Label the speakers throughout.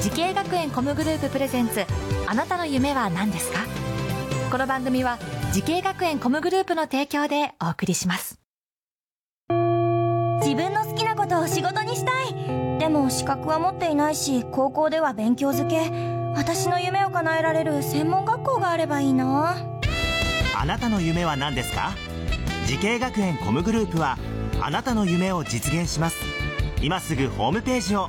Speaker 1: 時系学園コムグループプレゼンツあなたの夢は何ですかこの番組は時系学園コムグループの提供でお送りします
Speaker 2: 自分の好きなことを仕事にしたいでも資格は持っていないし高校では勉強づけ私の夢を叶えられる専門学校があればいいな
Speaker 3: あなたの夢は何ですか時系学園コムグループはあなたの夢を実現します今すぐホームページを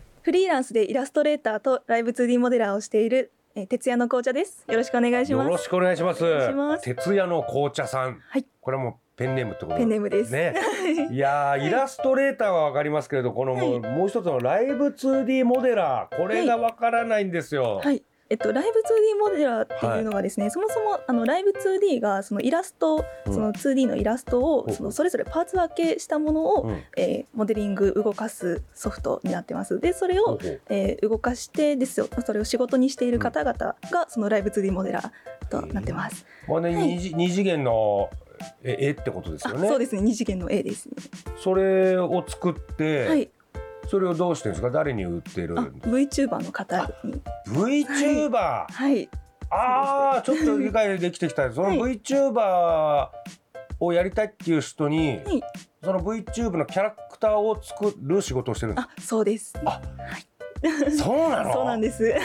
Speaker 4: フリーランスでイラストレーターとライブ 2D モデラーをしている、えー、徹夜の紅茶です。よろしくお願いし
Speaker 5: よ
Speaker 4: ま
Speaker 5: ろ
Speaker 4: す。
Speaker 5: しくお願いします
Speaker 4: 願いします
Speaker 5: 徹夜の紅茶さん、
Speaker 4: はい
Speaker 5: これはもうペンネームってこと
Speaker 4: ペンネームです。
Speaker 5: ね、いやーイラストレーターはわかりますけれどこのもう,、もう一つのライブ 2D モデラーこれがわからないんですよ、
Speaker 4: はい。えっと、ライブ 2D モデラーっていうのがですね、そもそもあのライブ 2D がそのイラスト、
Speaker 5: うん
Speaker 4: その 2D のイラストを
Speaker 5: うん
Speaker 4: そのそれぞれパーツ分けしたものを、
Speaker 5: うん
Speaker 4: えーモデリング動かすソフトになってます。でそれ
Speaker 5: ほう
Speaker 4: を、
Speaker 5: ほう
Speaker 4: えー動かしてですよそれを仕事にしている方々がそのライブ 2D モデラーとなってます。
Speaker 5: これね
Speaker 4: はい
Speaker 5: 二次二次元のえ絵ってことですよ
Speaker 4: あ
Speaker 5: ね
Speaker 4: そうですね二次元の A ですね。
Speaker 5: それを作って、
Speaker 4: はい。
Speaker 5: それをどうしてるんですか誰に売ってる
Speaker 4: あ VTuber の方に
Speaker 5: VTuber、
Speaker 4: はい。
Speaker 5: ああちょっと理解できてきたその
Speaker 4: はい
Speaker 5: VTuber をやりたいっていう人に、
Speaker 4: い
Speaker 5: その VTube のキャラクターを作る仕事をしてるんで
Speaker 4: あ、そうです。
Speaker 5: すそうなの
Speaker 4: そうなんです。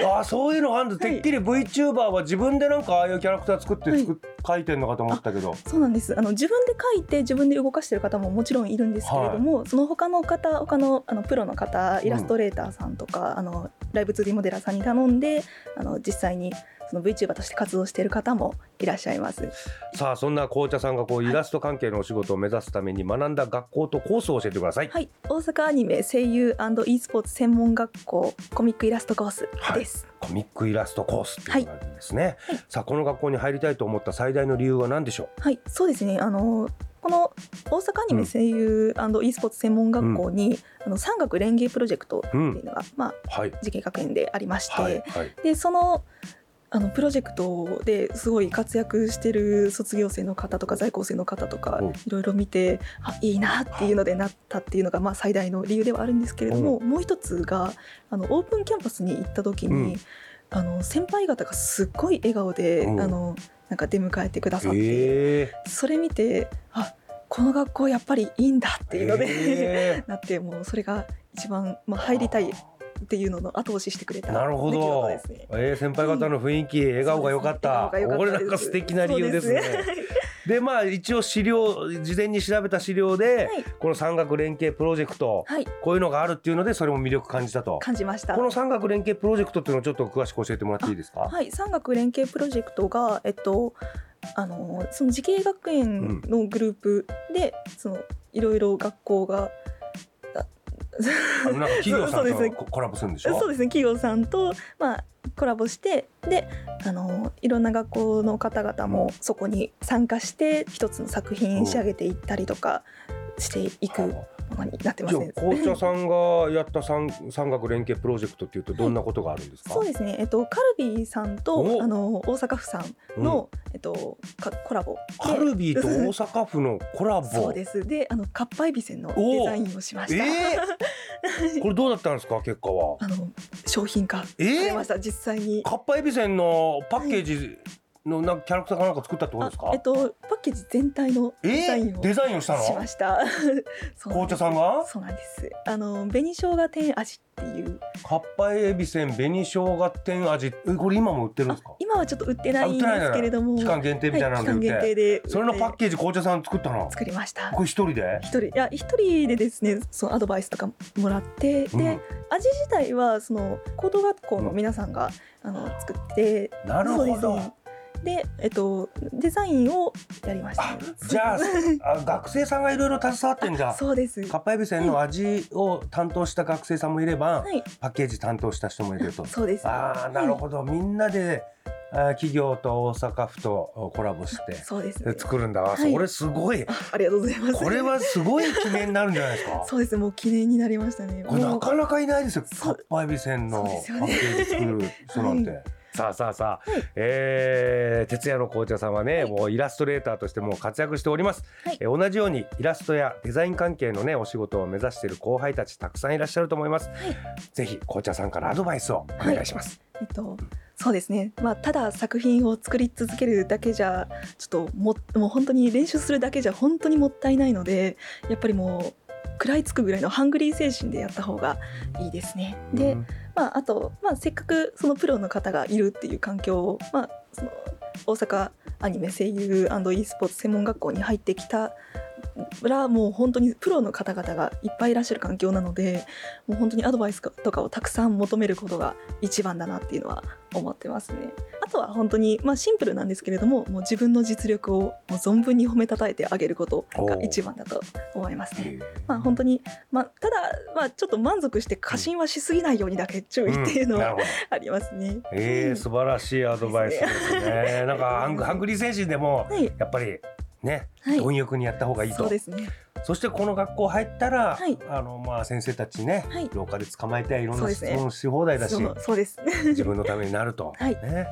Speaker 5: あーそういうのあんだ、
Speaker 4: はい
Speaker 5: てっきり VTuber は自分でなんかああいうキャラクター作って
Speaker 4: はい
Speaker 5: 作っ、書いてんのかと思ったけど
Speaker 4: そうなんです。あの自分で書いて自分で動かしてる方ももちろんいるんですけれども、その他の方、他のあのプロの方、イラストレーターさんとか、あのライブ 2D モデラーさんに頼んで、あの実際にその VTuber として活動している方もいらっしゃいます。
Speaker 5: さあそんな紅茶さんがこうイラスト関係のお仕事を目指すために学んだ学校とコースを教えてください、
Speaker 4: はい、大阪アニメ声優 &e スポーツ専門学校コミックイラストコースです。
Speaker 5: コミックイラストコースっていうのがあるんですね、さあこの学校に入りたいと思った最大の理由は何でしょう
Speaker 4: はい、そうですね。あのこの大阪アニメ声優 &e スポーツ専門学校に、あの山岳連携プロジェクトって
Speaker 5: うん
Speaker 4: いうのが、まあ
Speaker 5: はい
Speaker 4: 時系学園でありまして、
Speaker 5: はいはい
Speaker 4: でそのあのプロジェクトですごい活躍してる卒業生の方とか在校生の方とか
Speaker 5: うん
Speaker 4: いろいろ見てあいいなっていうのでなったっていうのが、まあ、最大の理由ではあるんですけれども、もう一つがあのオープンキャンパスに行った時に、
Speaker 5: うん
Speaker 4: あの先輩方がすっごい笑顔で、
Speaker 5: うん
Speaker 4: あのなんか出迎えてくださって、
Speaker 5: え
Speaker 4: それ見てあこの学校やっぱりいいんだっていうので、
Speaker 5: え
Speaker 4: なってもうそれが一番、まあ、入りたいっていうのの後押ししてくれた
Speaker 5: なるほ
Speaker 4: 出来事
Speaker 5: ど、
Speaker 4: ですね。
Speaker 5: えー先輩方の雰囲気、笑顔が良かった
Speaker 4: そうですね笑
Speaker 5: こ
Speaker 4: 顔
Speaker 5: れ
Speaker 4: が良
Speaker 5: な
Speaker 4: かったです
Speaker 5: んか素敵な理由ですね
Speaker 4: そうですね
Speaker 5: でまあ一応資料事前に調べた資料で、
Speaker 4: はい
Speaker 5: この山岳連携プロジェクト、
Speaker 4: はい、
Speaker 5: こういうのがあるっていうのでそれも魅力感じたと
Speaker 4: 感じました
Speaker 5: こ。の山岳連携プロジェクトっていうのをちょっと詳しく教えてもらっていいですか、
Speaker 4: はい、山岳連携プロジェクトが、えっと、あの、その慈恵学園のグループで、その、いろいろ学校が。あ
Speaker 5: あのなんか企業さん
Speaker 4: そうです
Speaker 5: と
Speaker 4: ね
Speaker 5: ココラボするんでしょ
Speaker 4: そうですね企業さんと、まあ、コラボしてであのいろんな学校の方々もそこに参加して一つの作
Speaker 5: うん
Speaker 4: 品仕上げていったりとかしていくものになってま
Speaker 5: じ
Speaker 4: す
Speaker 5: ゃあ
Speaker 4: ね。
Speaker 5: 紅茶さんがやった山山岳連携プロジェクトっていうとどんなことがあるんですか、
Speaker 4: そうですね、えっと、カルビーさん
Speaker 5: お
Speaker 4: とあの大阪府さんの、えっと、かコラボで
Speaker 5: カルビーと大阪府のコラボ
Speaker 4: そうですであのかっぱえびせんのデザインをしました、
Speaker 5: え ーこれどうだったんですか結果は
Speaker 4: あの商品化さ
Speaker 5: え
Speaker 4: れま
Speaker 5: ー
Speaker 4: し、た実際に
Speaker 5: カッパエビせんのパッケージのなんかキャラクターかなんか作ったってことですか
Speaker 4: あえっとパッケージ全体のデザイン
Speaker 5: えー
Speaker 4: を
Speaker 5: デザインをしたの
Speaker 4: しました そうな
Speaker 5: 紅
Speaker 4: んで
Speaker 5: 茶
Speaker 4: す
Speaker 5: さんが
Speaker 4: そうなんですあの紅生姜天味っていう
Speaker 5: カッパエビせん紅生姜天味えこれ今も売ってるんですか
Speaker 4: 今はちょっと売ってな
Speaker 5: あ売
Speaker 4: い
Speaker 5: っ
Speaker 4: ん
Speaker 5: て
Speaker 4: で
Speaker 5: ないんだ
Speaker 4: すけれども
Speaker 5: 期間限定みたいなので
Speaker 4: はい
Speaker 5: 売
Speaker 4: 期間
Speaker 5: っ
Speaker 4: 限
Speaker 5: て、
Speaker 4: 定で
Speaker 5: それのパッ
Speaker 4: ージ
Speaker 5: ケージ紅茶さん作ったの
Speaker 4: 作りました
Speaker 5: これ一人で
Speaker 4: 一人いや一人でですねそのアドバイスとかもらってで、
Speaker 5: うん
Speaker 4: 味自体はその高等学校の皆さんが、あの作って
Speaker 5: なるほ
Speaker 4: そう
Speaker 5: ど、
Speaker 4: ですねで、えっと、デザインをやりました
Speaker 5: あ。じゃああ学生さんがいろいろ携わってんじゃん
Speaker 4: そうです。
Speaker 5: かっぱえびせんの味を担当した学生さんもいれば、
Speaker 4: はい、
Speaker 5: パッケージ担当した人もいると
Speaker 4: そうです。
Speaker 5: ああなるほど、みんなであー企業と大阪府とコラボして
Speaker 4: そうです、ね
Speaker 5: で。作るんだ、あ
Speaker 4: はい
Speaker 5: それすご い
Speaker 4: ありがとうございます。
Speaker 5: これはすごい記念になるんじゃないですか
Speaker 4: そうです。もう記念になりましたね。
Speaker 5: これ
Speaker 4: も
Speaker 5: な
Speaker 4: う
Speaker 5: かなかいないですよか
Speaker 4: そう
Speaker 5: っぱえびせんのパ
Speaker 4: そうで
Speaker 5: ッ
Speaker 4: す
Speaker 5: ケ
Speaker 4: よ
Speaker 5: ージ作
Speaker 4: ね
Speaker 5: る人なんて。さあさあさあ、えー、徹夜の紅茶さんはね、もうイラストレーターとしてもう活躍しております、
Speaker 2: はい
Speaker 5: えー同じようにイラストやデザイン関係のねお仕事を目指している後輩たちたくさんいらっしゃると思います、ぜひ紅茶さんからアドバイスをお願いします、
Speaker 4: えっと、そうですね、まあ、ただ作品を作り続けるだけじゃちょっとももう本当に練習するだけじゃ本当にもったいないのでやっぱりもう食らいつくぐらいのハングリー精神でやった方がいいですね。で、
Speaker 5: うん
Speaker 4: まあ、あと、まあ、せっかくそのプロの方がいるっていう環境を、まあ、その大阪アニメ声優 &e スポーツ専門学校に入ってきたらもう本当にプロの方々がいっぱいいらっしゃる環境なのでもう本当にアドバイスとかをたくさん求めることが一番だなっていうのは思ってますね。あとは本当に、まあ、シンプルなんですけれどももう自分の実力をもう存分に褒めたたえてあげることが一番だと思いますね。まあ、本当に、まあ、ただ、まあ、ちょっと満足して過信はしすぎないようにだけ 注意っていうの
Speaker 5: んな
Speaker 4: は
Speaker 5: るほど
Speaker 4: ありますね。
Speaker 5: えー、素晴らしいアドバイスですね。なんかハングハングリー精神でも
Speaker 4: はい、
Speaker 5: やっぱりね、
Speaker 4: はい
Speaker 5: 貪欲にやった方がいい
Speaker 4: そ
Speaker 5: と
Speaker 4: う。ですね。
Speaker 5: そしてこの学校入ったら、
Speaker 4: はい
Speaker 5: あのまあ先生たちね、
Speaker 4: はい
Speaker 5: 廊下で捕まえていろん
Speaker 4: そう
Speaker 5: な
Speaker 4: で
Speaker 5: 質
Speaker 4: すね
Speaker 5: 問し放題だし、
Speaker 4: そうそうです。
Speaker 5: 自分のためになると。
Speaker 4: はい
Speaker 5: ね。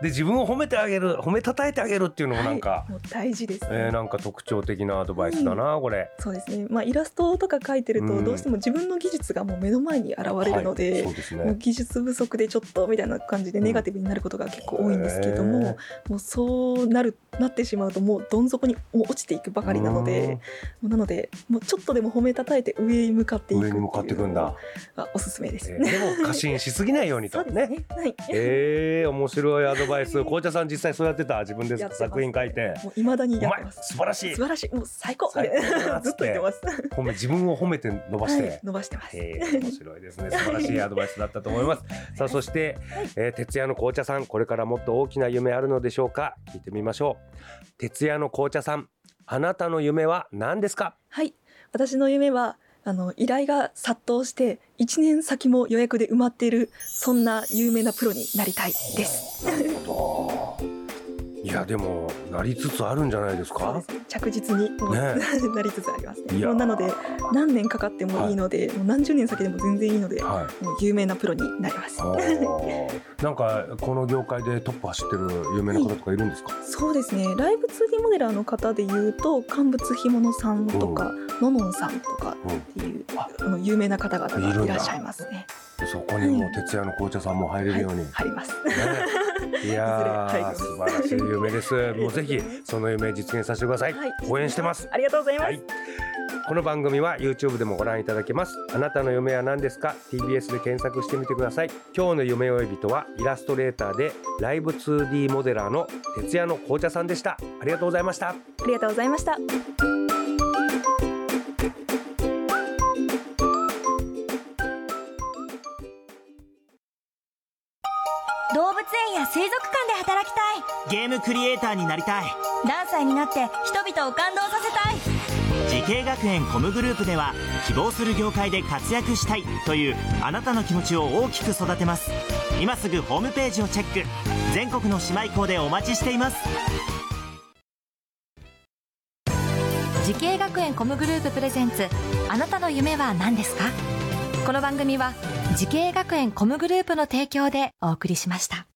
Speaker 5: で自分を褒めてあげる、褒めたたえてあげるっていうのもなんか、
Speaker 4: はい、もう大事です、ね
Speaker 5: えーなんか特徴的なアドバイスだな、これ。
Speaker 4: そうですね。まあ、イラストとか描いてる
Speaker 5: う
Speaker 4: と、
Speaker 5: ん
Speaker 4: どうしても自分の技術がもう目の前に現れるの
Speaker 5: はい
Speaker 4: で。
Speaker 5: そうです
Speaker 4: もう
Speaker 5: ね。
Speaker 4: 技術不足でちょっとみたいな感じで
Speaker 5: ん
Speaker 4: ネガティブになることが結構多いんですけれど
Speaker 5: へー
Speaker 4: も、もうそうなるなってしまうともうどん底にもう落ちていくばかりなので、もうなのでもうちょっとでも褒めたたえて上に向かって
Speaker 5: う
Speaker 4: い
Speaker 5: ん
Speaker 4: くっ
Speaker 5: 上
Speaker 4: て
Speaker 5: に向かっ
Speaker 4: い
Speaker 5: て
Speaker 4: う
Speaker 5: くん
Speaker 4: の
Speaker 5: だ
Speaker 4: が。おすすめです
Speaker 5: え
Speaker 4: ね。
Speaker 5: ーでも過信しすぎないように
Speaker 4: そ
Speaker 5: と
Speaker 4: うです
Speaker 5: ね。
Speaker 4: ね。はい。
Speaker 5: ええ面白 いアドバイス。紅茶さん実際そうやってた自分で
Speaker 4: やってます
Speaker 5: 作品書いて。
Speaker 4: もう未だに
Speaker 5: う
Speaker 4: やっ
Speaker 5: ま
Speaker 4: て
Speaker 5: い
Speaker 4: ます。
Speaker 5: 素晴らしい
Speaker 4: 素晴らしい。もう最高。
Speaker 5: 最高だな
Speaker 4: ずっと言ってます。
Speaker 5: 褒め自分を褒めて伸ばし
Speaker 4: はい
Speaker 5: て。
Speaker 4: 伸ばしてます。
Speaker 5: ええ面白いですね素晴らしいアドバイスだったと思いますさあそして、えー、徹夜の紅茶さんこれからもっと大きな夢あるのでしょうか聞いてみましょう徹夜の紅茶さんあなたの夢は何ですか
Speaker 4: はい。私の夢は、あの、依頼が殺到して、1年先も予約で埋まっている、そんな有名なプロになりたいです。
Speaker 5: いやでもなりつつあるんじゃないです
Speaker 4: そう
Speaker 5: か
Speaker 4: ですね着実にもう、
Speaker 5: ね
Speaker 4: なりつつあります
Speaker 5: い
Speaker 4: ね。
Speaker 5: やー
Speaker 4: もうなので、何年かかってもいいので、もう何十年先でも全然いいので、
Speaker 5: はい
Speaker 4: もう有名なプロになります。
Speaker 5: あ ーなんかこの業界でトップ走ってる有名な方とかいるんですか、
Speaker 4: そうですねライブ 2D モデラーの方で言うと乾物ひものさんとか、ののんさんとか
Speaker 5: うん
Speaker 4: っていう、あの有名な方々
Speaker 5: いるん
Speaker 4: がい
Speaker 5: だ
Speaker 4: らっしゃいますね。
Speaker 5: そこにもう徹夜の紅茶さんも入れるように、
Speaker 4: 入ります。
Speaker 5: ねいやー
Speaker 4: いず
Speaker 5: 素
Speaker 4: れ
Speaker 5: 晴らしい夢です。もうぜひその夢実現させてください。応援してます。
Speaker 4: ありがとうございます。
Speaker 5: はい。この番組は YouTube でもご覧いただけます。あなたの夢は何ですか ?TBS で検索してみてください。今日の夢追い人はイラストレーターでライブ 2D モデラーの徹夜の紅茶さんでした。ありがとうございました。
Speaker 4: ありがとうございました。
Speaker 2: 動物園や水族館で働きたい
Speaker 3: ゲームクリエイターになりたい
Speaker 2: 何歳になって人々を感動させたい
Speaker 3: 時系学園コムグループでは希望する業界で活躍したいというあなたの気持ちを大きく育てます今すぐホームページをチェック全国の姉妹校でお待ちしています
Speaker 1: 時系学園コムグループプレゼンツあなたの夢は何ですかこの番組は時系学園コムグループの提供でお送りしました。